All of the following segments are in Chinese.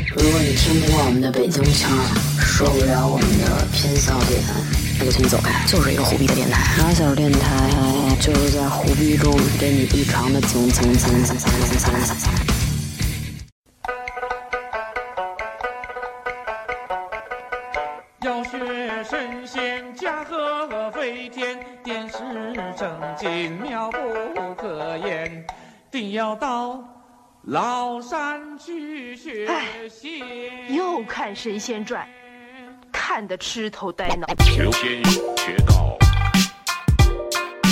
听不惯我们的北京腔儿，啊受不了我们的偏笑点，我就请你走开。就是一个虎逼的电台，马小电台就是在虎逼中给你异常的蹭蹭蹭蹭蹭蹭蹭蹭蹭。要学神仙驾鹤飞天，点石成金妙不可言，定要到崂山去学习。又看《神仙传》，看得痴头呆脑。神仙学搞，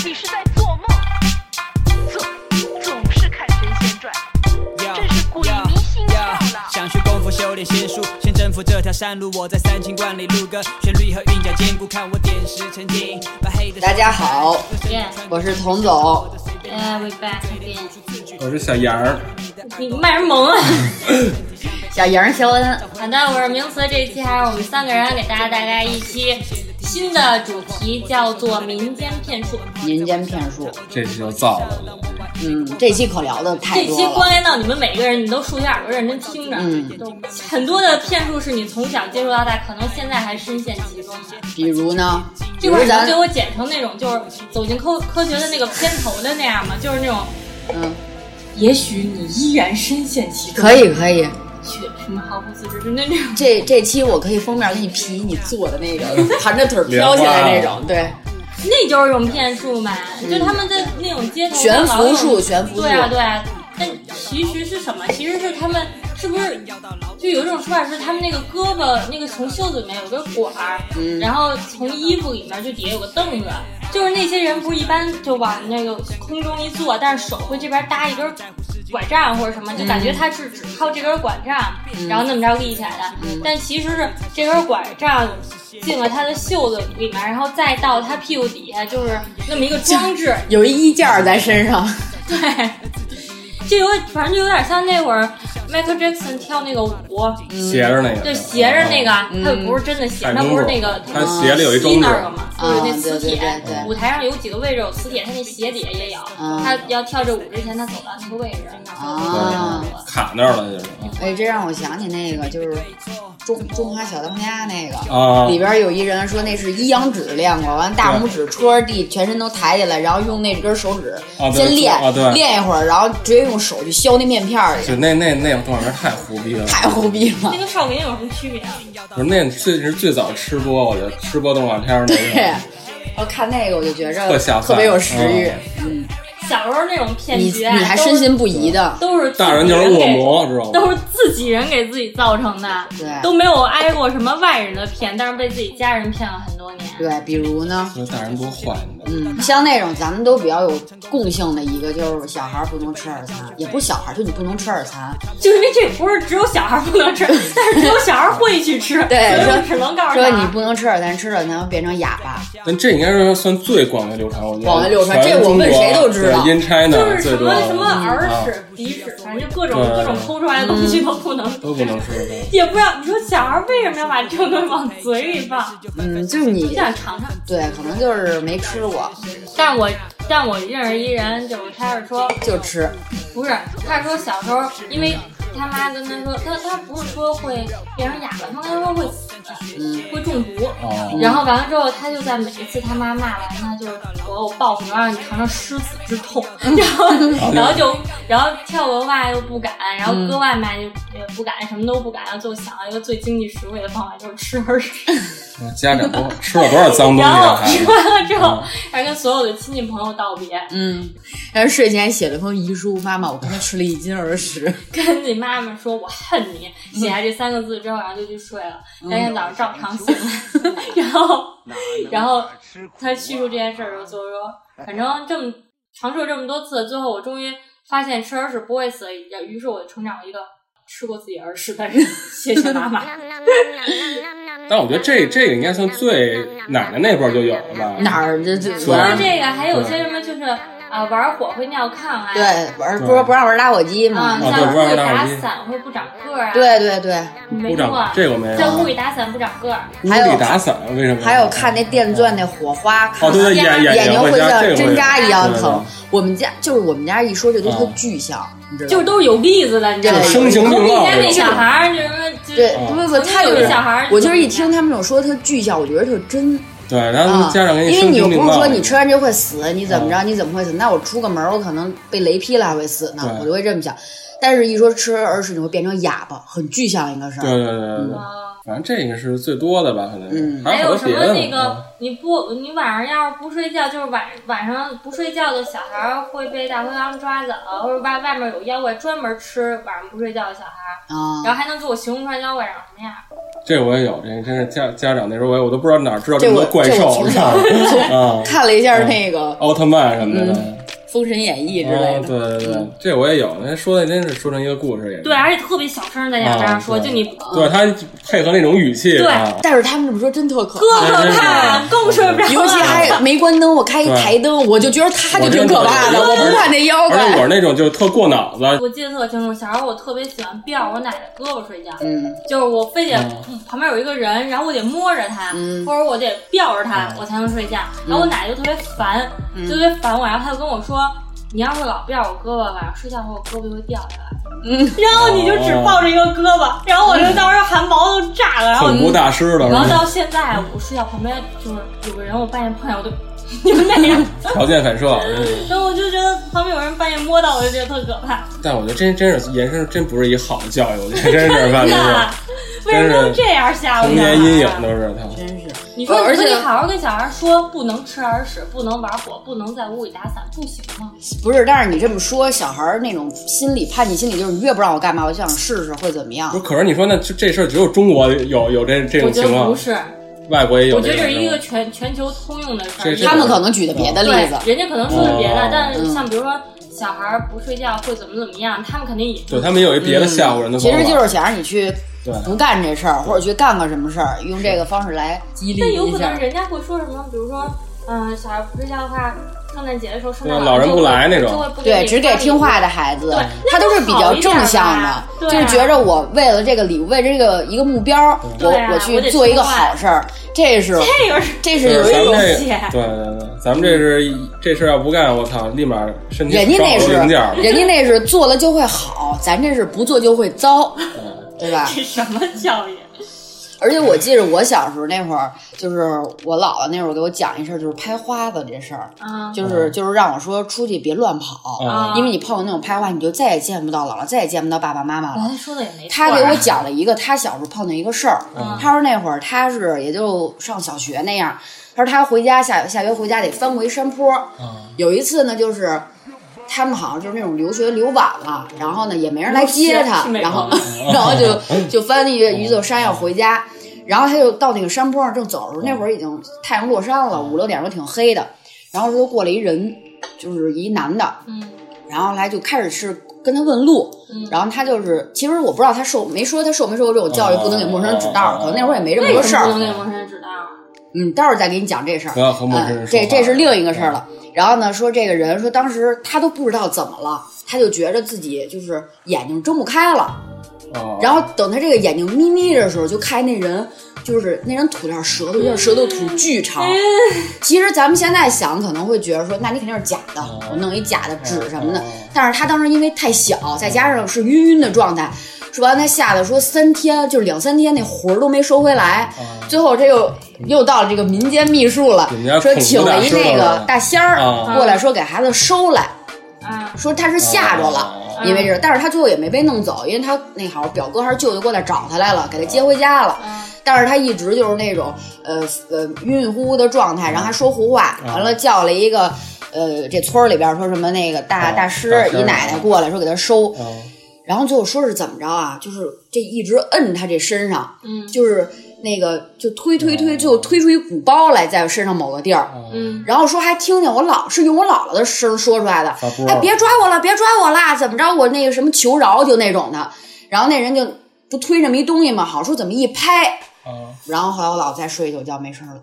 你是在做梦？总总是看《神仙传》，真是鬼迷心窍了。想学功夫修炼仙术，先征服这条山路。我在三清观里录歌，旋律和韵脚兼顾，看我点石成金。把黑的大家好， Yeah, 我是童总。 yeah, we back again. 我是小杨儿，你卖什么萌啊？ 小杨肖恩，好的，我是名词。这一期还是我们三个人给大家带来一期新的主题，叫做民间骗术。民间骗术，这期就造了。嗯，这期可聊的太这多期关了。联到你们每个人，你都竖起耳朵认真听着。嗯都很多的骗术是你从小接触到大，可能现在还深陷其中的。比如呢，比这如块儿你咱们给我剪成那种就是走进科科学的那个片头的那样嘛，就是那种，嗯，也许你依然深陷其中，可以可以，却什么毫不自知，就那那种。这这期我可以封面给你 P 你做的那个盘着腿儿飘起来那种，对，那就是一种骗术嘛，就他们在那种街头悬老有浮术悬浮术对啊对啊。但其实是什么？其实是他们是不是就有一种说法是他们那个胳膊那个从袖子里面有个管儿，嗯然后从衣服里面就底下有个凳子，就是那些人不是一般就往那个空中一坐，但是手会这边搭一根拐杖或者什么，就感觉他是只靠这根拐杖，然后那么着立起来的。但其实是这根拐杖进了他的袖子里面，然后再到他屁股底下，就是那么一个装置。有一衣架在身上，对，这有反正就有点像那会儿 Michael Jackson 跳那个舞，斜着那个，就斜着那个，嗯他又不是真的斜，太他空不是步那个他斜里有一装吸那置儿了嘛，就是那磁铁啊对对对对。舞台上有几个位置有磁铁，他那鞋底下也有。嗯他要跳这舞之前，他走到那个位置，然后就啊卡那儿了就是哎，这让我想起那个就是中中华小当家那个。啊里边有一人说那是一阳指练过，完大拇指戳着地，全身都抬起来，然后用那根手指啊对先练、啊对练一会儿，然后直接用手去削那面片儿去就，那那那动画片太胡逼了，太胡逼了那。跟少林有什么区别啊？不是那最是最早吃播，我觉得吃播动画片儿那对个，我看那个我就觉哎特着下饭嗯特别有食欲，嗯小时候那种骗你局啊，你还都深信不疑的，都是自己大人就是给恶魔，知道都吗？是自己人给自己造成的，对都没有挨过什么外人的骗，但是被自己家人骗了很多年。对，比如呢，说大人多坏，你知道吗嗯，像那种咱们都比较有共性的一个，就是小孩儿不能吃耳残，也不是小孩儿，就你不能吃耳残，就是因为这不是只有小孩不能吃，但是只有小孩会去吃，对所以我说只能告诉说他你不能吃耳残，吃耳残会变成哑巴。但这应该是算最广为流传，我觉得广为流传全这我中问国谁都知道对，In 就 China 是最什多么什么嗯耳啊屎、鼻屎，反正就各种对各种抠出来的东西都不能，都不能吃，对也不知道你说小孩为什么要把这种东西往嘴里放，嗯，就是就你想尝尝。对，可能就是没吃过但我但我认识一人，就是他是说就吃，不是，他是说小时候因为。他妈跟他说，他他不是说会变成哑巴，他跟他说会死，会中毒。哦，然后完了之后，他就在每一次他妈骂完他，就是我有报复，我让你尝尝狮子之痛。然后，然后就，然后跳楼外又不敢，然后割外卖就也不敢，什么都不敢。然后就想了一个最经济实惠的方法，就是吃耳屎。家长多吃了多少脏东西然啊，后孩吃子，完了之后，然后跟所有的亲戚朋友道别，嗯，然后睡前写了封遗书，妈妈，我刚才吃了一斤耳屎，跟自己妈妈说我恨你，写下这三个字之后，然后就去睡了。第二天早上照常醒来，然后然后他叙述这件事儿的时候，就说，反正这么尝试了这么多次，最后我终于发现吃耳屎不会死，于是我成长了一个吃过自己耳屎的人。谢谢妈妈。但我觉得这这个应该算最奶奶那辈儿就有了吧，哪儿这这对除了我这个，还有些什么就是。啊，玩火会尿炕啊，对，玩不是不让玩打火机啊，吗？对像不让屋里玩打火打机伞会不长个儿啊，，对对对，没不错长，这个我没有在屋里打伞不长个儿，屋还有里打伞为什么？还有看那电钻那火花，看哦，对对，眼眼睛睛会加，像这个针扎一样对对疼。我们家就是我们家一说这东西特啊具象，你知道吗？就是都是有例子的，你知道吗？对声情并从茂那天那这小个孩儿，什么就对，啊不不不，他有有个人小孩儿，我就是一听他们这种说特具象，我觉得特真对，然后啊。家长给你因为声你又情并不是茂说你吃完就会死，你怎么啊着，你怎么会死？那我出个门儿，我可能被雷劈了还会死呢，对我就会这么想。但是，一说吃耳屎，你会变成哑巴，很具象一个事对儿。对对对对，反正这个是最多的吧，可能是嗯还还有啊有哎好什多别么的那呢。啊个你不你晚上要是不睡觉，就是晚晚上不睡觉的小孩儿会被大灰狼抓走，或者外外面有妖怪专门吃晚上不睡觉的小孩儿，啊，然后还能给我形容出来妖怪长什么样。这我也有，这真是家家长那时候我也我都不知道哪儿知道这么我多怪这我兽从是小吧？啊， 看了一下那个奥特曼什么的。 《封神演义》之类哦，的，嗯对对对，这我也有。那说的真是说成一个故事也是。对，而且特别小声在家这样说，啊就对你对他配合那种语气，对啊但是他们这么说真特可特怕。可怕，更睡不着了。尤其还没关灯，我开一对台灯，我就觉得他就挺可怕的，我我真的不怕那妖而且我怪。是那种就特过脑子，我记得特清楚，小时候我特别喜欢吊我奶奶胳膊睡觉，嗯，就是我非得、嗯旁边有一个人，然后我得摸着他，嗯或者我得吊着嗯他，我才能睡觉。然后我奶奶就特别烦，就特别烦我，然后她就跟我说：“你要是老吊我胳膊，晚上睡觉后我胳膊就会掉下来。”嗯， 然后你就只抱着一个胳膊，然后我就当时汗毛都炸了，然后恐怖大师了，然后是吧？到现在我睡觉旁边就是有个人，我半夜碰见我都就那样， 条件反射。嗯真是然后我就觉得旁边有人半夜摸到我就觉得特可怕。但我觉得真真是延伸，真不是一好的教育，我觉得真 是反正是为什么要这样吓唬啊童小孩年儿？阴影都是他。真是。你说，而呃而且且你好好跟小孩说，不能吃耳屎，不能玩火，不能在屋里打伞，不行吗？不是，但是你这么说，小孩儿那种心理叛逆心理，就是你越不让我干嘛，我就想试试会怎么不样是，。可是你说那这这事儿只有中国有有这这我种觉情得况不，是，外国也有我这觉种得这情况。是一个全全球通用的事这儿。这他们可能举的别的例子，对，人家可能说是别哦的，但是像比如说小孩不睡觉会怎么怎么样，他们肯定也对他们有一别的吓唬人的嗯其方法。实就是想让你去对不干这事儿，或者去干个什么事儿，用这个方式来激励但有一可下能。人家会说什么，比如说，嗯、小孩不睡觉的话，圣诞节的时候，圣对诞老人就不会来那种就会不对，你只给发礼听物话的孩子啊对，那他都是比较正向的就好就一，点吧是对觉啊着我为了这个礼物，为了这个一个目标，我对啊我我去得做一个听话好事儿，这是这个是这是对有一咱种们这戏对对对，咱们这是一这事儿要不干，我操，立马身体人家那少是了零件儿。人家那是做了就会好，咱这是不做就会糟，对吧？这什么教育？而且我记着我小时候那会儿，就是我姥姥那会儿给我讲一事儿，就是拍花子这事儿，啊就是就是让我说出去别乱跑，啊因为你碰到那种拍花，你就再也见不到姥姥，再也见不到爸爸妈妈了。咱说的也没错他啊。给我讲了一个他小时候碰见一个事儿，嗯他说那会儿他是也就上小学那样，他说他回家下下学回家得翻回山坡，有一次呢就是。他们好像就是那种留学留晚了，然后呢也没人来接他去，美国然后然后就就翻一一座山要回家，然后他就到那个山坡上正走着，那会儿已经太阳落山了，五六点钟挺黑的，然后就过来一人，就是一男的，嗯，然后来就开始是跟他问路，然后他就是，其实我不知道他受没说他受没受过这种教育，哦不能给陌生人指道儿，哦可能那会儿也没这么为多什事儿么嗯不。能给陌生人指道啊？嗯，待会儿再给你讲这事儿。不要啊和陌生人嗯说话这这是另一个事儿了。然后呢，说这个人说当时他都不知道怎么了，他就觉着自己就是眼睛睁不开了。哦然后等他这个眼睛眯眯的时候，就看那人，就是那人吐点舌头，嗯就是舌头吐巨长。其实咱们现在想，可能会觉得说，那你肯定是假的，我弄一假的纸什么的哦。但是他当时因为太小，再加上是晕晕的状态，说完他吓得说三天，就是两三天那魂儿都没收回来。哦最后这又又到了这个民间秘术了你们家，说恐怖请大了一师那了个大仙儿啊过来说给孩子收来。啊，说他是吓着了，哦因为这个，但是他最后也没被弄走，因为他那好像表哥还是舅舅过来找他来了，给他接回家了。但是他一直就是那种呃呃晕晕乎乎的状态，然后还说胡话，完了叫了一个呃这村儿里边说什么那个大、哦大大师师姨奶奶过来说给他收，哦然后最后说是怎么着啊？就是这一直摁他这身上，嗯就是那个就推推推，最后推出一鼓包来在身上某个地儿，嗯，然后说还听见我姥是用我姥姥的声说出来的发波，哎，别抓我了，别抓我啦，怎么着？我那个什么求饶就那种的。然后那人就不推这么一东西嘛，好说怎么一拍，哦然后后来我姥才睡一宿觉没声了。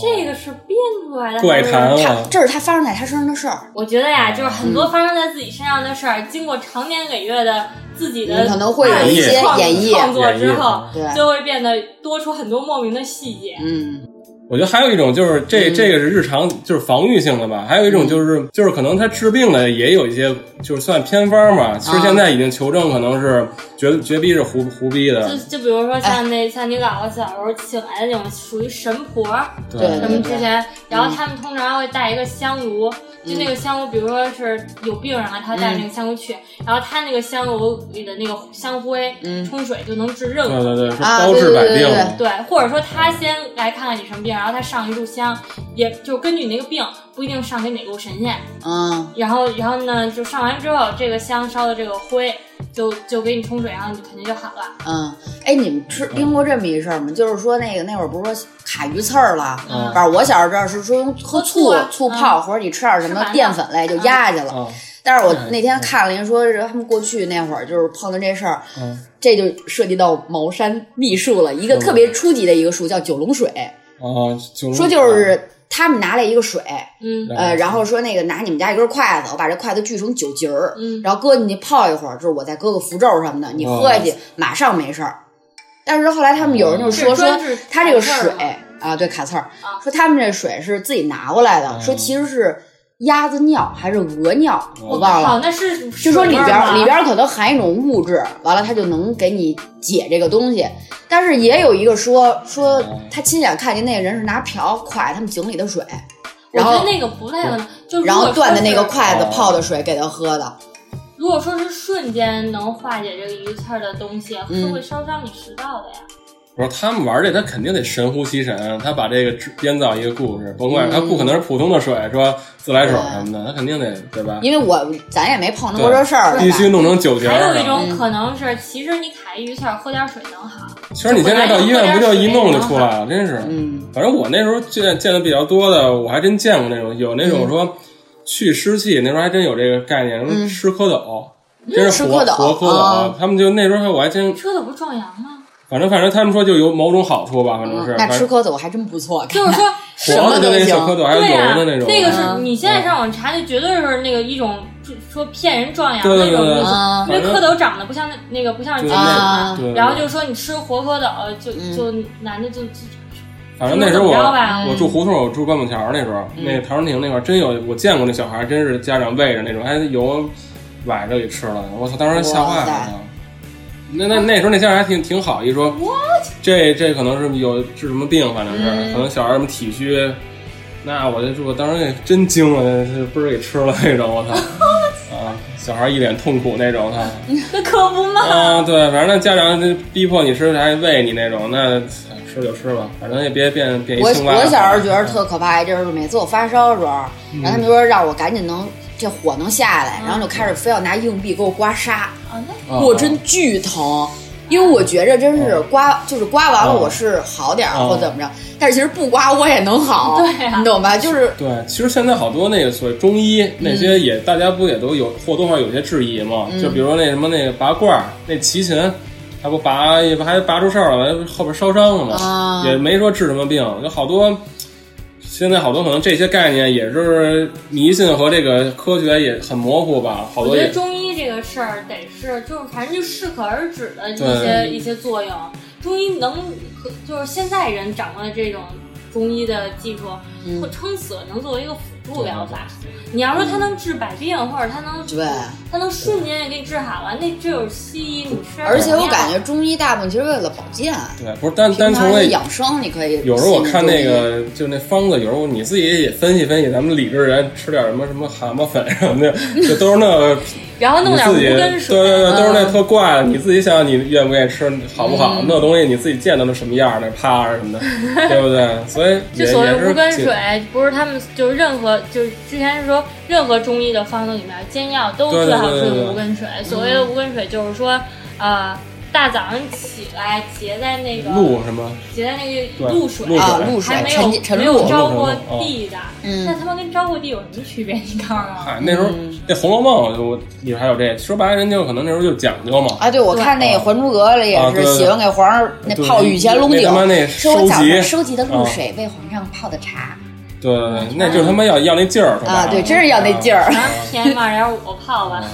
这个是编出来的怪谈啊还是了，这是他发生在他身上的事儿，我觉得呀，嗯就是很多发生在自己身上的事儿，经过长年累月的自己的你嗯可能会有一些创演绎创作之后，对就会变得多出很多莫名的细节。嗯，我觉得还有一种就是这、嗯这个是日常就是防御性的吧，还有一种就是、就是可能他治病的也有一些就是算偏方啊嘛，其实现在已经求证可能是绝绝逼是胡胡逼就嗯的，就比如说像哎那、像你姥姥小时候请来的那种属于神婆，对对嗯什么之前，然后他们通常会带一个香炉，就那个香炉，比如说是有病人啊，他带着嗯那个香炉去，然后他那个香炉里的那个香灰嗯冲水就能治任对何对对，说啊包治百病对对对对对，或者说他先来看看你什么病，然后他上一炷香，也就根据你那个病，不一定上给哪路神仙。嗯，然后，然后呢，就上完之后，这个香烧的这个灰，就就给你冲水，然后你肯定就好了。嗯，哎，你们吃听过这么一事儿吗？就是说那个那会儿不是说卡鱼刺儿了，嗯反正我小时候知道是说用喝喝醋醋啊醋嗯泡，或者你吃点什吃么馒头嗯淀粉类就压下去了。啊，但是我那天看了人说是他们过去那会儿就是碰到这事儿，嗯这就涉及到茅山秘术了，一个特别初级的一个术叫九龙水，啊，九龙说就是他们拿来一个水，嗯呃，然后说那个拿你们家一根筷子，我把这筷子锯成九节儿，嗯然后搁进去泡一会儿，就是我再搁个符咒什么的，你喝下去、马上没事儿。但是后来他们有人就说说是专治他这个卡刺水儿吗啊，对卡刺儿啊，说他们这水是自己拿过来的，说其实是鸭子尿还是鹅尿，我忘了。哦，那是就说里边水味儿儿吗里边儿可能含一种物质，完了它就能给你解这个东西。但是也有一个说说他亲眼看见那个人是拿瓢蒯他们井里的水，我然觉得后那个哦不太可能。就如然后果断的说那是个筷子泡的水给他喝的。如果说是瞬间能化解这个鱼刺儿的东西，是会烧伤你食道的呀。我说他们玩这，他肯定得神乎其神，他把这个制编造一个故事，甭嗯管他不可能是普通的水，说自来水什么的，他肯定得对吧？因为我咱也没碰到过这事儿，必对吧须弄成嗯九节还儿有一的。种可能是，其实你卡一鱼刺儿，喝点水能好。其实你现在到医院不就一弄就出来了，真是。嗯反正我那时候见见的比较多的，我还真见过那种有那种说去湿气，那时候还真有这个概念，什么湿蝌蚪，真是吃活蝌蚪活蝌啊蚪。他们就那时候我还真，车的不是壮阳吗？ 反正反正他们说就有某种好处吧，反正是。那吃反蝌蚪还真不错，就是说，什正活么的都就那行小蝌蚪，还有对啊呀、油的那种。个是嗯你现在上网查，那绝对是那个一种就说骗人壮阳对那对对种东对西。啊因为蝌蚪长得不像那那个不像是对金鱼啊嘛，对对对然后就说你吃活蝌蚪呃就嗯就男的就就反正那时候怎么着吧我我住胡同，我住半步桥那时候，那个陶然亭那块儿真有我见过那小孩，真是家长喂着那种，还有崴着给吃了，我操，当时吓坏哇塞了。那那那时候那家长还挺挺好，一说这这可能是有治什么病，反正是、可能小孩什么体虚，那我就住，当时也真惊了，这不是给吃了那种，我操啊！小孩一脸痛苦那种，他。那可不嘛。啊，对，反正那家长就逼迫你吃，还喂你那种，那哎吃就吃吧，反正也别变变一我青蛙。我小时候觉得特可怕一阵儿，就是每次我发烧的时候，嗯然后他们就说让我赶紧能这火能下来，然后就开始非要拿硬币给我刮痧，啊，那啊我真巨疼。因为我觉着真嗯是刮，就是刮完了啊我是好点儿啊或怎么着，但是其实不刮我也能好， 对啊你懂吧？就是对，其实现在好多那个所谓中医那嗯些也，大家不也都有或多或少有些质疑嘛？就比如说那什么那个拔罐儿，那齐秦，他不拔也还拔出事儿了，后边烧伤了嘛，啊也没说治什么病，有好多。现在好多可能这些概念也是迷信和这个科学也很模糊吧，好我多觉也得中医这个事儿得是，就是反正就适可而止的一些对一些作用。中医能和就是现在人掌握的这种中医的技术，嗯会撑死了能作为一个辅助疗法。你要说它能治百病，或者它能对它能瞬间就给你治好了，那只有西医你吃点而且我中药感觉中医大部分其实为了保健，对，不是单平单常从的那养生你可以。有时候我看那，个，就那方子，有时候你自己也分析分析，咱们理智人吃点什么什么蛤蟆粉什么 的，就都是那个然后弄你点自己，无对根对水，对，都是那嗯特怪的。你自己想想，你愿不愿意吃，好不好？那东西你自己见到那什么样儿，那趴着 什么的，对不对？所以就也所谓也无根是水，不是他们就是任何就是之前是说任何中医的方子里面煎药都对对最好对是对对无根水。所谓的无根水就是说，呃，大早上起来结在那个路什么结在那对个露水露啊，水露水还没有陈陈没露有，着招过地的，嗯那他妈跟招过地有什么区别？你告诉我，啊，那时候那《红楼梦》我就我里边还有这，说白了人就可能那时候就讲究嘛。啊，对，我看那《还珠格格》里啊也对是对喜欢给皇上那对泡那雨前龙那井他妈那，说我早收集上收集的露啊水为皇上泡的茶对对对，那就是他妈要要那劲儿，说白了啊啊，对，真是要那劲儿。然后天嘛，然后我泡吧，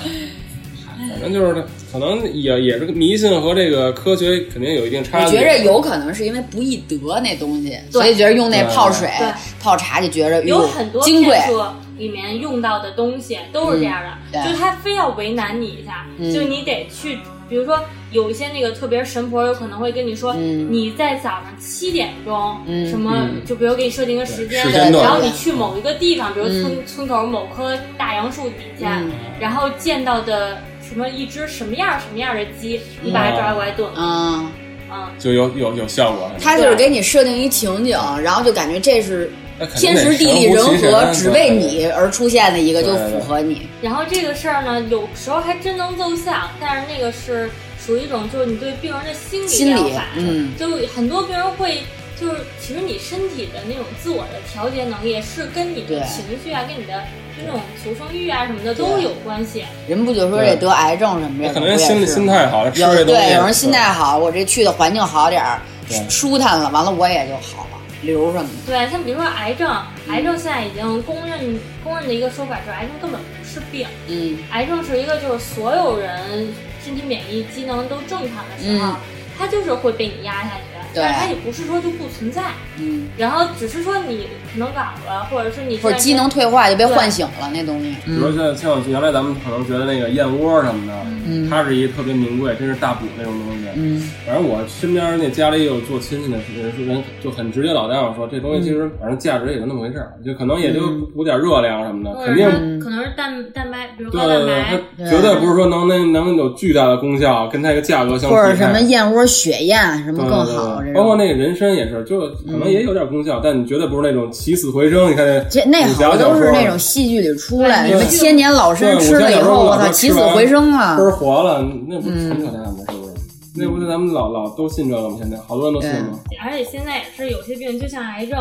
反正就是可能也也是个迷信和这个科学肯定有一定差我距。觉着有可能是因为不易得那东西，所以觉得用那对泡水对、泡茶就觉着有哟很多金贵骗术里面用到的东西都是这样的，嗯对就他非要为难你一下，嗯就你得去，比如说有一些那个特别神婆有可能会跟你说，嗯你在早上七点钟、嗯什么，嗯就比如给你设定一个时间，时间段然后你去某一个地方，比如村、嗯村口某棵大杨树底下，嗯然后见到的什么一只什么样什么样的鸡，你把它抓过来炖，嗯，嗯，就有有有效果。他就是给你设定一情景，然后就感觉这是那肯天定得时地利人神乎其神和，对只为你而出现的一个，对就对符合你。然后这个事儿呢，有时候还真能奏效，但是那个是属于一种就是你对病人的心理心疗理法，，嗯，就是很多病人会就是其实你身体的那种自我的调节能力是跟你的对情绪啊，跟你的那种求生欲啊什么的都有关系。人不就说对这得癌症什么的，可不也能心理是心吗态好，吃有这东西。对，有人心态好，我这去的环境好点儿对，舒坦了，完了我也就好了，瘤什么的。对，像比如说癌症，癌嗯症现在已经公认公认的一个说法是，癌症根本不是病，嗯癌症是一个就是所有人身体免疫机能都正常的时候，嗯它就是会被你压下去的，对但是它也不是说就不存在。嗯，然后只是说你可能晚了，或者是你或者机能退化就被唤醒了那东西。比如嗯像像原来咱们可能觉得那个燕窝什么的，嗯它是一特别名贵，真是大补那种东西。嗯反正我身边那家里有做亲戚的人，人就很直接老带我说，这东嗯西其实反正价值也就那么回事儿，就可能也就补点热量什么的，嗯或者肯是定可能是蛋蛋白，比如对高对蛋对，白，它绝对不是说能能能有巨大的功效，跟它一个价格相匹或配。者什么燕窝血燕啊什对么对更好，对这包种。括嗯那个人参也是，就可能也有点功效，但你绝对不是那种起死回生。你看这这那武侠好小都是说那种戏剧里出来的，对什么千年老对参武吃侠了以小说后，老我说操，吃起死完回生嗯啊倍！儿活了，那不是挺可大的吗？是不是？那不是咱们老老都信这个吗？现在好多人都信吗？而且现在也是有些病，就像癌症，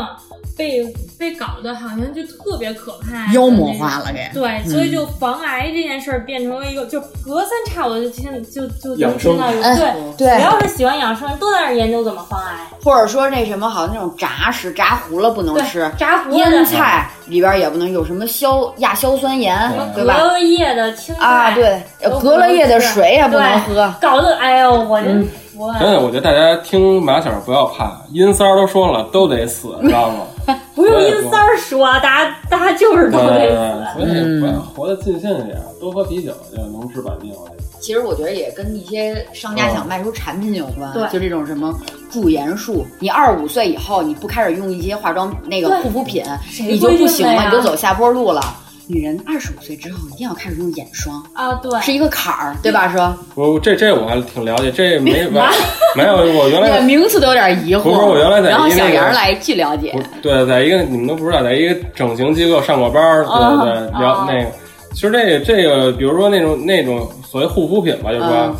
被被搞得好像就特别可怕，妖魔化。了给。对，所以就防癌这件事儿变成了一个，就隔三差五就听就就能养生听到有哎对，对只要是喜欢养生，都在那儿研究怎么防癌。或者说那什么好那种炸食、炸糊了不能对吃，炸胡腌的、菜里边也不能有什么硝亚硝酸盐，对吧？隔夜的青菜啊，对，隔了夜的水也不能喝。，都搞得哎呦，我嗯真服了。真的，我觉得大家听马小不要怕，阴三儿都说了，都得死，知 道吗？不用阴三儿说，啊大家大家就是都得死。哎对，所以不嗯要活得尽兴一点，多喝啤酒就能治百病。其实我觉得也跟一些商哦家想卖出产品有关，对就这种什么驻颜术，你二十五岁以后你不开始用一些化妆那个对护肤品，谁你就会不用行的了，呀你就走下坡路了。女人二十五岁之后一定要开始用眼霜，啊，对，是一个坎儿，对吧？说我这这我还挺了解，这没完， 没有我原你的来名词都有点疑惑。不是我原来在然后一那小个杨儿来去了解不，对，在一个你们都不知道，在一个整形机构上过班儿，对对对，聊、哦那个。其实这个这个，比如说那种那种所谓护肤品吧，就是说，嗯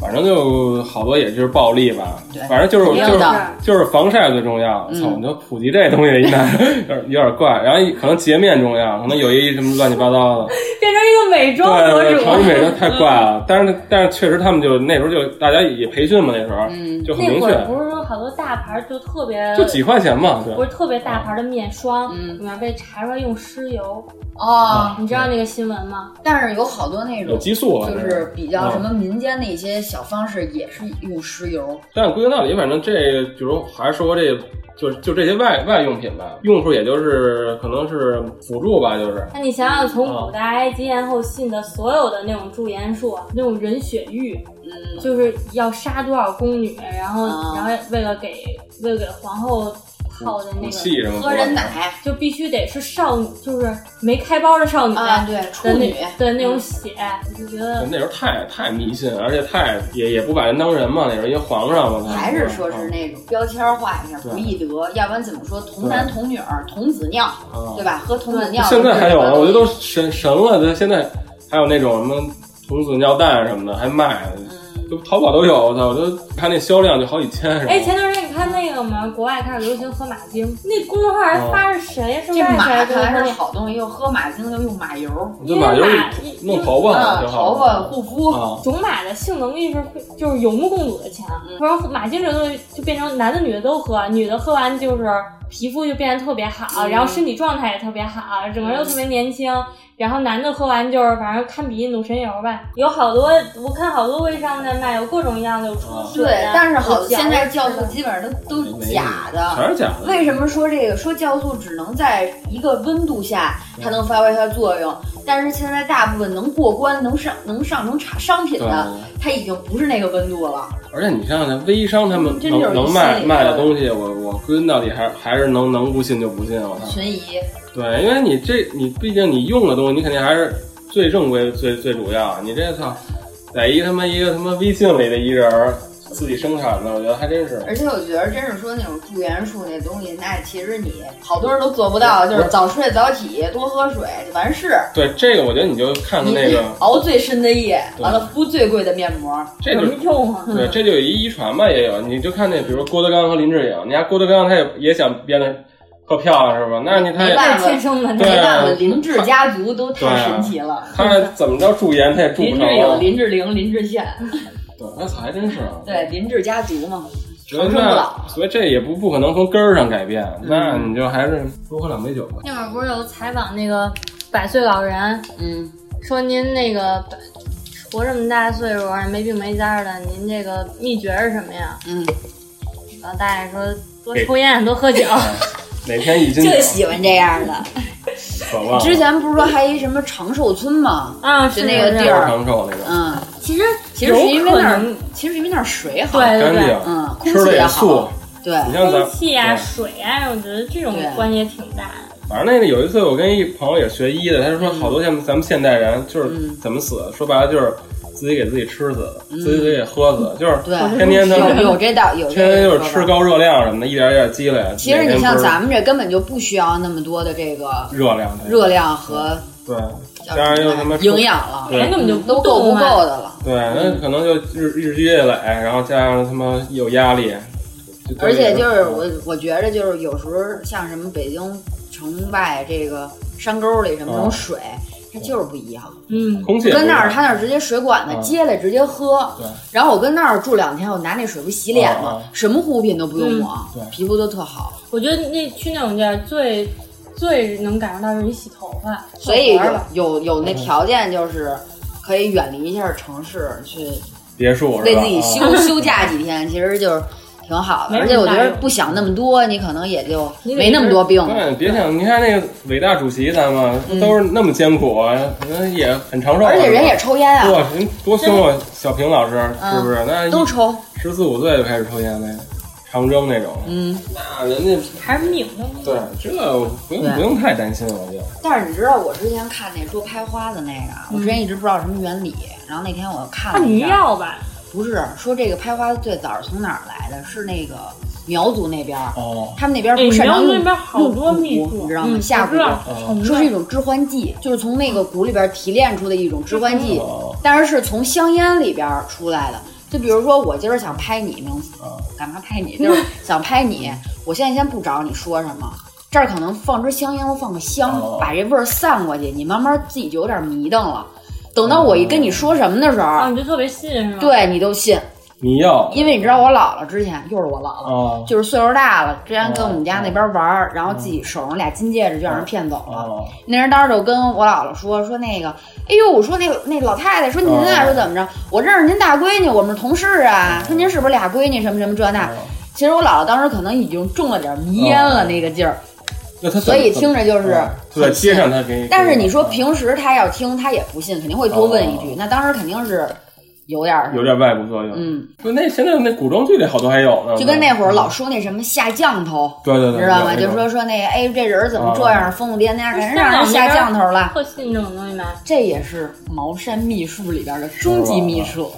反正就好多也就是暴利吧对，反正就是肯定就是的就是防晒最重要。嗯操，你就普及这东西一难， 有点有点怪。然后可能洁面重要，可能有一什么乱七八 糟的。变成一个美妆博对对，主。 嗯成美人太怪了。但是但是确实他们就那时候就大家也培训嘛，那时候、嗯就很那明会确儿，不是说好多大牌就特别就几块钱嘛，对不。是特别大牌的面霜，嗯里面被查出来用尸油，哦，你知嗯道那个新闻吗？但是有好多那有种激素啊，就这是比较什么民间的一些小方式，也是用石油。但归根到底，反正这比如还是说这，就是就这些外外用品吧，用处也就是可能是辅助吧，就是那你想想，从嗯古代埃及艳后信的所有的那种驻颜术，啊那种人血玉，嗯，就是要杀多少宫女，然后、啊然后为了给为了给皇后泡的那武个器嗯什么喝人奶就必须得是少女，就是没开包的少女啊，对，处的那女，的那种血，我就觉得那时候太太迷信，而且太也也不把人当人嘛，那时候一个皇上嘛，还是说是那种标签化一下，对不易得，要不然怎么说童男童女儿童子尿，啊对吧？喝童子尿，现在还有呢，呢，我觉得都神神了，这现在还有那种什么童子尿蛋什么的还卖，嗯就淘宝都有，我操，我就看那销量就好几千什哎，么。前段时间你看那个吗？国外开始流行喝马精，那公众号哦还发是谁？是这外马谁？看来是好东西，又喝马精又用马油，我就买油弄头发嗯，挺头好的。发护肤，啊，种马的性能力是就是有目共睹的强，嗯不然马精这东西就变成男的女的都喝，女的喝完就是皮肤就变得特别好，嗯然后身体状态也特别好，整个人都特别年轻。然后男的喝完就是反正看鼻印度神油吧，有好多我看好多微商在卖，有各种样的，啊有出水的，啊对，但是好，有脚的现在酵素基本上都都是假的。全是假的。为什么说这个？说酵素只能在一个温度下它能发挥它的作用，但是现在大部分能过关、能上能上成产商品对，啊的，它已经不是那个温度了。而且你像那微商他们真能嗯就是能心卖里卖的头东西，我我归根到底还还是能能不信就不信，我操。存疑，对，因为你这你毕竟你用的东西，你肯定还是最正规最最主要。你这操，在一个他妈一个他妈微信里的一人儿自己生产的，我觉得还真是。而且我觉得真是说那种助元术那东西，那其实你好多人都做不到，就是早睡早起，多喝水就完事。对这个，我觉得你就看看你那个，熬最深的夜，对完了敷最贵的面膜，这就用啊？对，这就有一遗传吧，也有。你就看那，比如说郭德纲和林志颖，你看郭德纲他也也想变得特漂亮是吧？那你他也没办那是天生的，对没啊办法，林志家族都太神奇了。他怎么着驻颜他也驻林不志上啊颖、了。林志玲、林志炫，对，那操还真是啊。对，林志家族嘛，觉得长生不那老嗯所以这也不不可能从根儿上改变，那你就还是多喝两杯酒吧。那会儿不是有采访那个百岁老人，嗯，说您那个百活这么大岁数儿没病没灾儿的，您这个秘诀是什么呀？嗯，老大爷说多哎抽烟，多喝酒。哪天一斤酒就喜欢这样的。啊渴望之前不是说还一什么长寿村吗？啊，就是那个是地是儿长寿那个，嗯，其实其实是因为那有可儿能，其实因为那儿水好，对对干对，净，嗯，空吃气的也也素好，。对，你像咱空气啊、嗯对水啊，我觉得这种对关系也挺大的。反正那个有一次，我跟一朋友也学医的，他就说好多像咱们现代人就是嗯怎么死，说白了就是自己给自己吃死的，自己给喝死的，就是嗯对天天他们有有这道有这天天就是说吃法高热量什么的，一点一点积累。其实每你天像不是咱们这根本就不需要那么多的这个热量对热量和对，叫当然什又么他妈吃营养了，对人根本就都够动不啊够的了。对，那嗯可能就日日积月累，然后加上他妈有压力，就而且就是我，我觉着就是有时候像什么北京城外这个山沟里什么嗯那种水，它就是不一样。嗯，空气我也不跟那儿一样他那儿直接水管子嗯接来直接喝对，然后我跟那儿住两天，我拿那水不洗脸嗯吗嗯？什么护肤品都不用抹嗯对，皮肤都特好。我觉得那去那种地儿最最能感受到是你洗头发，所以泡有沫吧有有那条件就是可以远离一下城市，去别墅是吧为自己啊休休假几天，其实就是挺好的。没而什么且我觉大得用不想那哦么多，你可能也就你得没那么多病了。对，别想，你看那个伟大主席咱们嗯都是那么艰苦，啊人也很长寿啊，而且人也是抽烟吧啊，哇，人多凶啊！小平老师是不是？那嗯都抽。十四五岁就开始抽烟了，长征那种，嗯，那人家还是拧的。对这不用对不用太担心，我觉得。但是你知道我之前看那说拍花的那个啊，我之前一直不知道什么原理，然后那天我看它了一迷下，药吧，不是说这个拍花最早是从哪儿来的？是那个苗族那边儿，哦，他们那边儿哎不擅长苗族用那边好多用秘蛊术你知道嗯吗？我下知道蛊。哦说是一种致幻剂，就是从那个蛊里边提炼出的一种致幻剂哦，但是是从香烟里边出来的。就比如说，我今儿想拍你名字哦，干嘛拍你？ 就是想拍你。我现在先不找你说什么，这儿可能放支香烟，我放个香哦，把这味儿散过去，你慢慢自己就有点迷瞪了。等到我一跟你说什么的时啊，候，你就特别信是吗？，对你都信，迷药，因为你知道我姥姥之前又是我姥姥，哦就是岁数大了，之前跟我们家那边玩儿，然后自己手上俩金戒指就让人骗走了。哦，那人当时就跟我姥姥说说那个，哎呦，我说那个那老太太说您啊哦说怎么着，我认识您大闺女，我们是同事啊，说您是不是俩闺女什么什么这那哦。其实我姥姥当时可能已经中了点迷烟了哦那个劲儿，那他怎所么以听着就怎是么就在哦街上他给你，啊但是你说给平时他要听他也不信，肯定会多问一哦句，那当时肯定是有点儿有点外部作用，嗯，就那现在那古装剧里好多还有呢，嗯就跟那会儿老说那什么下降头。对对对，知道吗？嗯有哦就说说那个，哎，这人儿怎么这样？疯疯癫癫，给人让人下降头了。特信这种东西吧，这也是茅山秘术里边的终极秘术，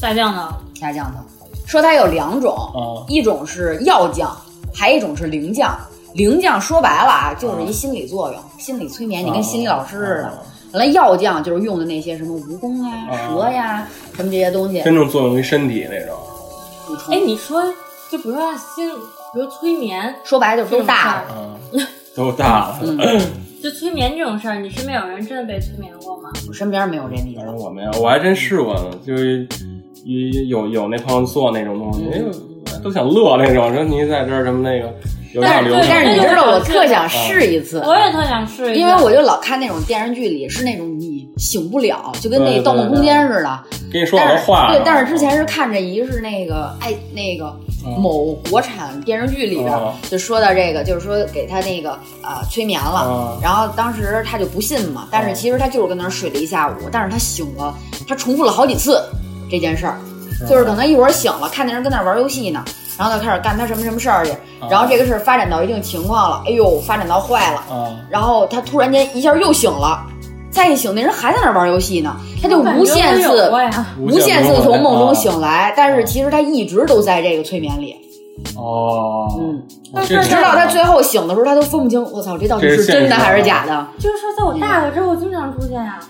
下降的。下降头。说它有两种哦，一种是药降，还一种是灵啊降。灵降说白了啊，就是一心理作用，心理催眠，你跟心理老师似的。原来药匠就是用的那些什么蜈蚣啊、啊蛇呀、什么这些东西真正作用于身体那种。补充哎，。你说，就比如说心，比如催眠，说白了就是都大了，嗯，都大了。嗯就催眠这种事儿，你身边有人真的被催眠过吗？我身边没有这例反正子。我没有，我还真试过呢，就是有有有那朋友做那种东嗯西，哎都想乐那种，说你在这儿什么那个有点流对但是你知程。道，我特想试一次，我嗯也特想试一因下，为我就老看那种电视剧里是那种你醒不了，就跟那对对《盗梦空间》似的。跟你说好但多是话呢。对，但是之前是看这一是那个哎那个嗯某国产电视剧里边嗯就说到这个，就是说给他那个啊、呃催眠了嗯，然后当时他就不信嘛，哦但是其实他就是跟那儿睡了一下午，但是他醒了，他重复了好几次这件事儿，就是可能一会儿醒了，看那人跟那儿玩游戏呢。然后就开始干他什么什么事儿去，哦然后这个事儿发展到一定情况了，哎呦，发展到坏了，啊，然后他突然间一下又醒了，再一醒那人还在那儿玩游戏呢，他就我感觉无限我次啊有过啊哎呀。无限次啊从梦中醒来，但是其实他一直都在这个催眠里，哦，嗯，这啊直到他最后醒的时候，他都分不清，我操，这到底是真的还是假的？就是说，在我大了之后，经常出现啊。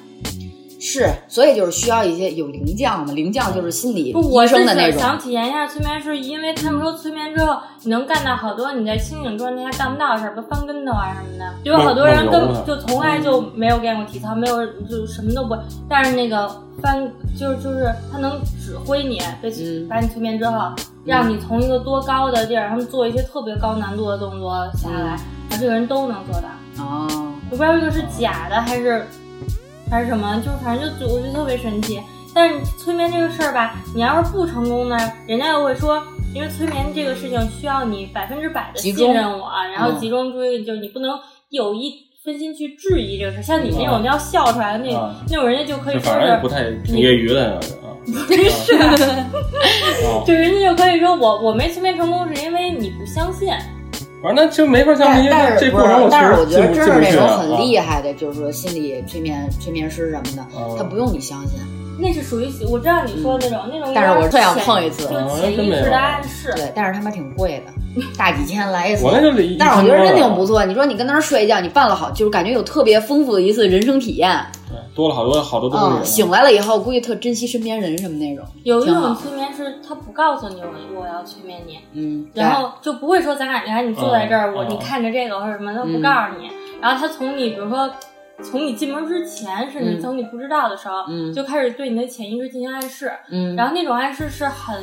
是，所以就是需要一些有灵降嘛，灵降就是心理不，我医是生的那种，想体验一下催眠，是因为他们说催眠之后你能干到好多你在清醒状态下干不到的事儿，比如翻跟头啊什么的。就有好多人梦根本梦游呢就从来就没有练过体操，没有就什么都不会。但是那个翻就是就是他能指挥你，被嗯把你催眠之后，让你从一个多高的地儿，他们做一些特别高难度的动作下来，然后这个人都能做到。嗯哦，我不知道这个是假的还是还是什么，就反正就我觉得特别神奇。但是催眠这个事儿吧，你要是不成功呢，人家又会说，因为催眠这个事情需要你百分之百的集中信任我，然后嗯集中注意力，就是你不能有意分心去质疑这个事儿。像你们那种要笑出来的那种、嗯那种人家就可以就说反正也是不太挺业余的啊。 真是， 哦就人家就可以说我我没催眠成功是因为你不相信。反正那就没法相但信，因为但这是过不是程我，但是我觉确得实进真不是那进不去种啊。很厉害的，就是说心理催眠催眠师什么哦的，他不用你相信，那是属于我知道你说的那种、那种有点潜，但是我特想碰一次就潜意识的暗示。对，但是他妈挺贵的，大几千来一次我。那就一但是我觉得真挺不错，错，你说你跟那儿睡一觉，你办了好，就是感觉有特别丰富的一次人生体验。对多了好多好多东嗯，西。醒来了以后估计特珍惜身边人什么那种，有一挺种好。催眠是他不告诉你我我要催眠你，嗯，对然后就不会说咱俩你看你坐在这儿，嗯我你嗯看着这个或者什么，他不嗯告诉你。然后他从你比如说从你进门之前，甚至嗯从你不知道的时候，嗯就开始对你的潜意识进行暗示。嗯，然后那种暗示是很，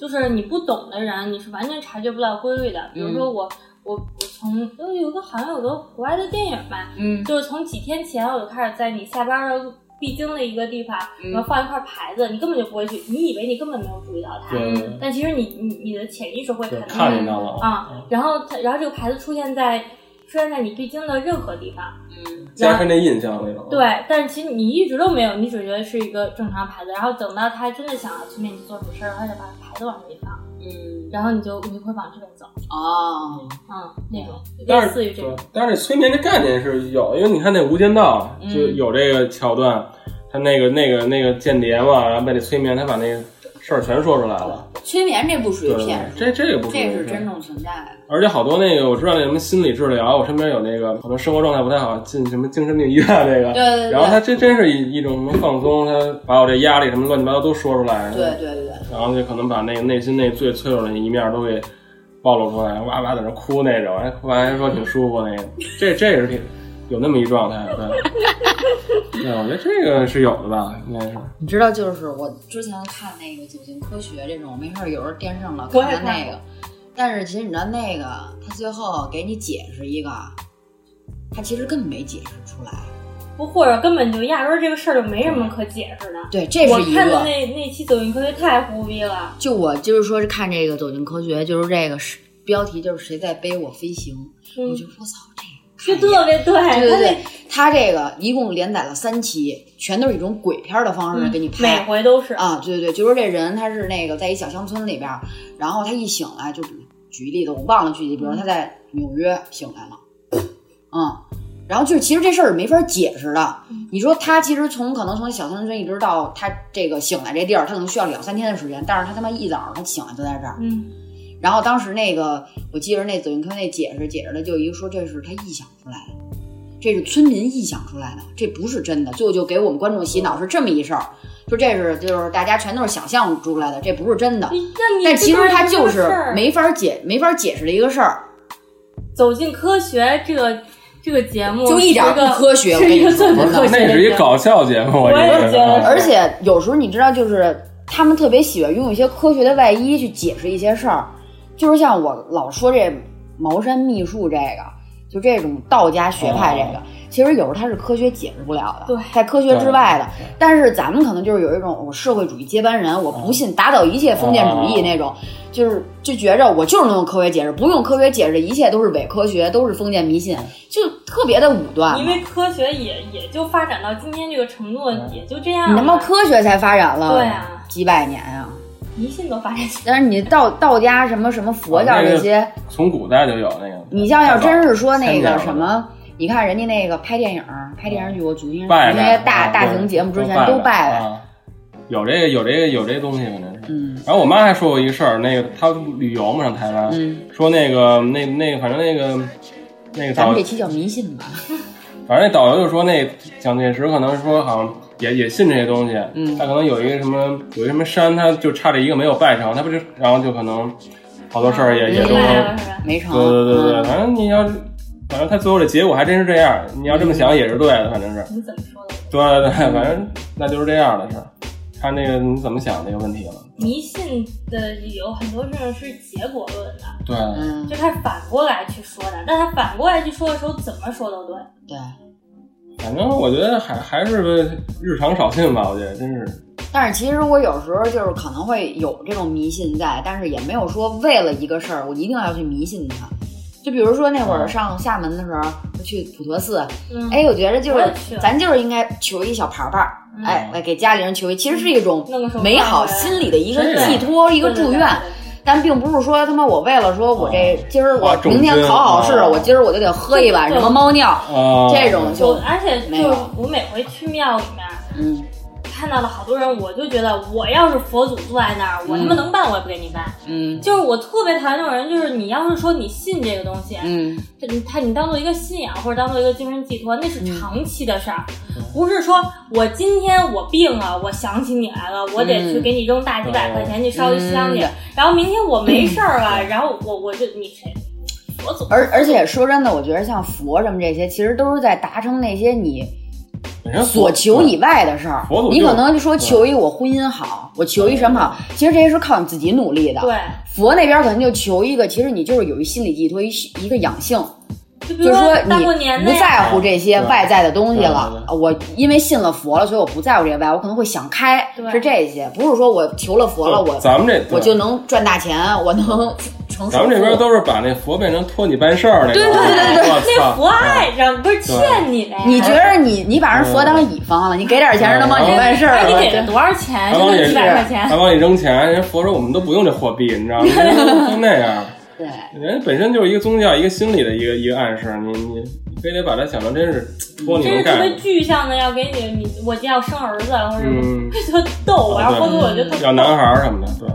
就是你不懂的人，你是完全察觉不到规律的。比如嗯说我，我我从有有个好像有个国外的电影吧，嗯就是从几天前我就开始在你下班的必经的一个地方，嗯然后放一块牌子，你根本就不会去，你以为你根本没有注意到它，对但其实你你你的潜意识会对，看到看见到了。啊、然后它然后这个牌子出现在出现在你必经的任何地方，嗯加深那印象那种。啊对，但是其实你一直都没有，你只觉得是一个正常牌子，然后等到他真的想要去面去做什么事儿，他就把牌子往这里放，嗯然后你就你会往这边走，哦，嗯，那种但类是似于这种，但是这催眠这概念是有，因为你看那《无间道》嗯就有这个桥段，他那个那个那个间谍嘛，然后被那催眠，他把那个事儿全说出来了。催眠这不属于对骗，术，这这个不这是骗真正存在的。而且好多那个我知道那什么心理治疗，我身边有那个可能生活状态不太好，进什么精神病医院那个，对对对然后他这真是一一种什么放松，他把我这压力什么乱七八糟都说出来，对对对对，然后就可能把那个内心那最脆弱的一面都给暴露出来，哇哇在那哭那种，还哭完还说挺舒服那个，这这也是挺有那么一状态， 对，对，我觉得这个是有的吧，应该是，你知道就是我之前看那个《走进科学》这种，没事儿有时候电视上老我也看那看个，但是其实你知道那个，他最后给你解释一个，他其实根本没解释出来。不或者根本就压根儿这个事儿就没什么可解释的。对，这我是一看的个。那那期《走进科学》太胡逼了，就我就是说是看这个《走进科学》，就是这个是标题，就是谁在背我飞行，我嗯就说操这就个看一眼。特别对对对，他对，他这个一共连载了三期，全都是一种鬼片的方式那给你每拍。回都是，啊，对对对，就说这人他是那个在一小乡村里边儿，然后他一醒来就举例子，我忘了具体，比如他在纽约醒来了，嗯，然后就是其实这事儿没法解释的。你说他其实从可能从小乡村一直到他这个醒来这地儿，他可能需要两三天的时间，但是他他妈一早上他醒来就在这儿。嗯，然后当时那个我记着那走运科那解释解释的就一个说这是他臆想出来的，这是村民臆想出来的，这不是真的。最后就给我们观众洗脑是这么一事儿，说这是就是大家全都是想象出来的，这不是真的。那你但其这实边它有这就个事是儿没法解没法解释的一个事儿。走进科学这个这个节目，就一点儿不科学我 是跟一你个说最不不是，科学的节目。那是一搞笑节目，我我也觉觉得得是啊。而且有时候你知道，就是他们特别喜欢拥有一些科学的外衣去解释一些事儿，就是像我老说这茅山秘术这个，就这种道家学派这个，其实有时候它是科学解释不了的，哦对在科学之外的对对。但是咱们可能就是有一种我社会主义接班人，我不信打倒一切封建主哦义那种，就是就觉着我就是能用科学解释，不用科学解释一切都是伪科学，都是封建迷信，就特别的武断。因为科学也也就发展到今天这个程度，嗯也就这样了。你他妈科学才发展了对啊几百年啊！迷信都发展 起来，但是你道道家什么什么啊佛教这些，从古代就有那个。你像要真是说那太早个了什么，你看人家那个拍电影儿、拍电视剧，我祖先拜那拜些大大型节目之前都拜拜，啊有这个有这个有这东西，反正是。嗯然后我妈还说过一个事儿，那个她旅游嘛上台湾，嗯，说那个那那个反正那个那个咱导们这期叫迷信吧，反正那导游就说那蒋介石可能说好像也也信这些东西，嗯他可能有一个什么有一个什么山，他就差这一个没有拜上，他不就然后就可能好多事儿啊也也都明对白了是吧？没成。对对对，嗯反正你要反正他最后这结果还真是这样，你要这么想也是对的，反正是。你怎么说的？对对对，反正那就是这样的事儿，看那个你怎么想这个问题了。迷信的有很多事情是结果论的，对，嗯，就他反过来去说的，但他反过来去说的时候，怎么说都对。对。反正我觉得还还是日常少信吧，我觉得真是。但是其实我有时候就是可能会有这种迷信在，但是也没有说为了一个事儿我一定要去迷信它。就比如说那会啊儿上厦门的时候，去普陀寺，嗯，哎，我觉得就我是也去了咱就是应该求一小牌牌儿，嗯哎，来给家里人求一，其实是一种弄个手帕美好回来心理的一个是啊寄托，一一个祝愿。但并不是说他妈我为了说我这今儿我哦花重明天金考好试，啊我今儿我就得喝一碗对什么猫尿，啊，这种就就而且没就是有我每回去庙里面嗯看到了好多人，我就觉得我要是佛祖坐在那儿，我他妈嗯能办我也不给你办。嗯就是我特别讨厌那种人，就是你要是说你信这个东西，嗯这你他你当做一个信仰或者当做一个精神寄托，那是嗯长期的事儿，不是说我今天我病了，我想起你来了，我得去给你扔大几百块钱去烧一香去，嗯然后明天我没事儿了，然后我我就你谁，我总而而且说真的，我觉得像佛什么这些，其实都是在达成那些你本身所求以外的事儿嗯佛祖。你就是可能就说求一我婚姻好，我求一什么好，其实这些是靠你自己努力的。对，佛那边可能就求一个，其实你就是有一心理寄托，一一个养性，就比就如是说啊大过年你的不呀，在乎这些对啊外在的东西对了对。啊我因为信了佛了，所以我不在乎这些外，我可能会想开，对是这些，不是说我求了佛了，我咱们这我就能赚大钱，我能成咱首们这边富。都是把那佛变成托你办事儿那啊种。对对对对那佛哎爱上不是欠你的呀，你觉得你你把人佛当乙方了，你给点钱人能哎帮你办事儿还了，哎得给这了多少钱，还就往那里几百块钱还，往里扔钱，人家佛说我们都不用这货币，你知道吗？就那样，对。人家本身就是一个宗教，一个心理的一个一个暗示，你你你非得把它想成真是托你这是能特干别。具象的，要给你你我要生儿子或者什么嗯，就特逗，我要对佛祖我就特要男孩儿什么的，对，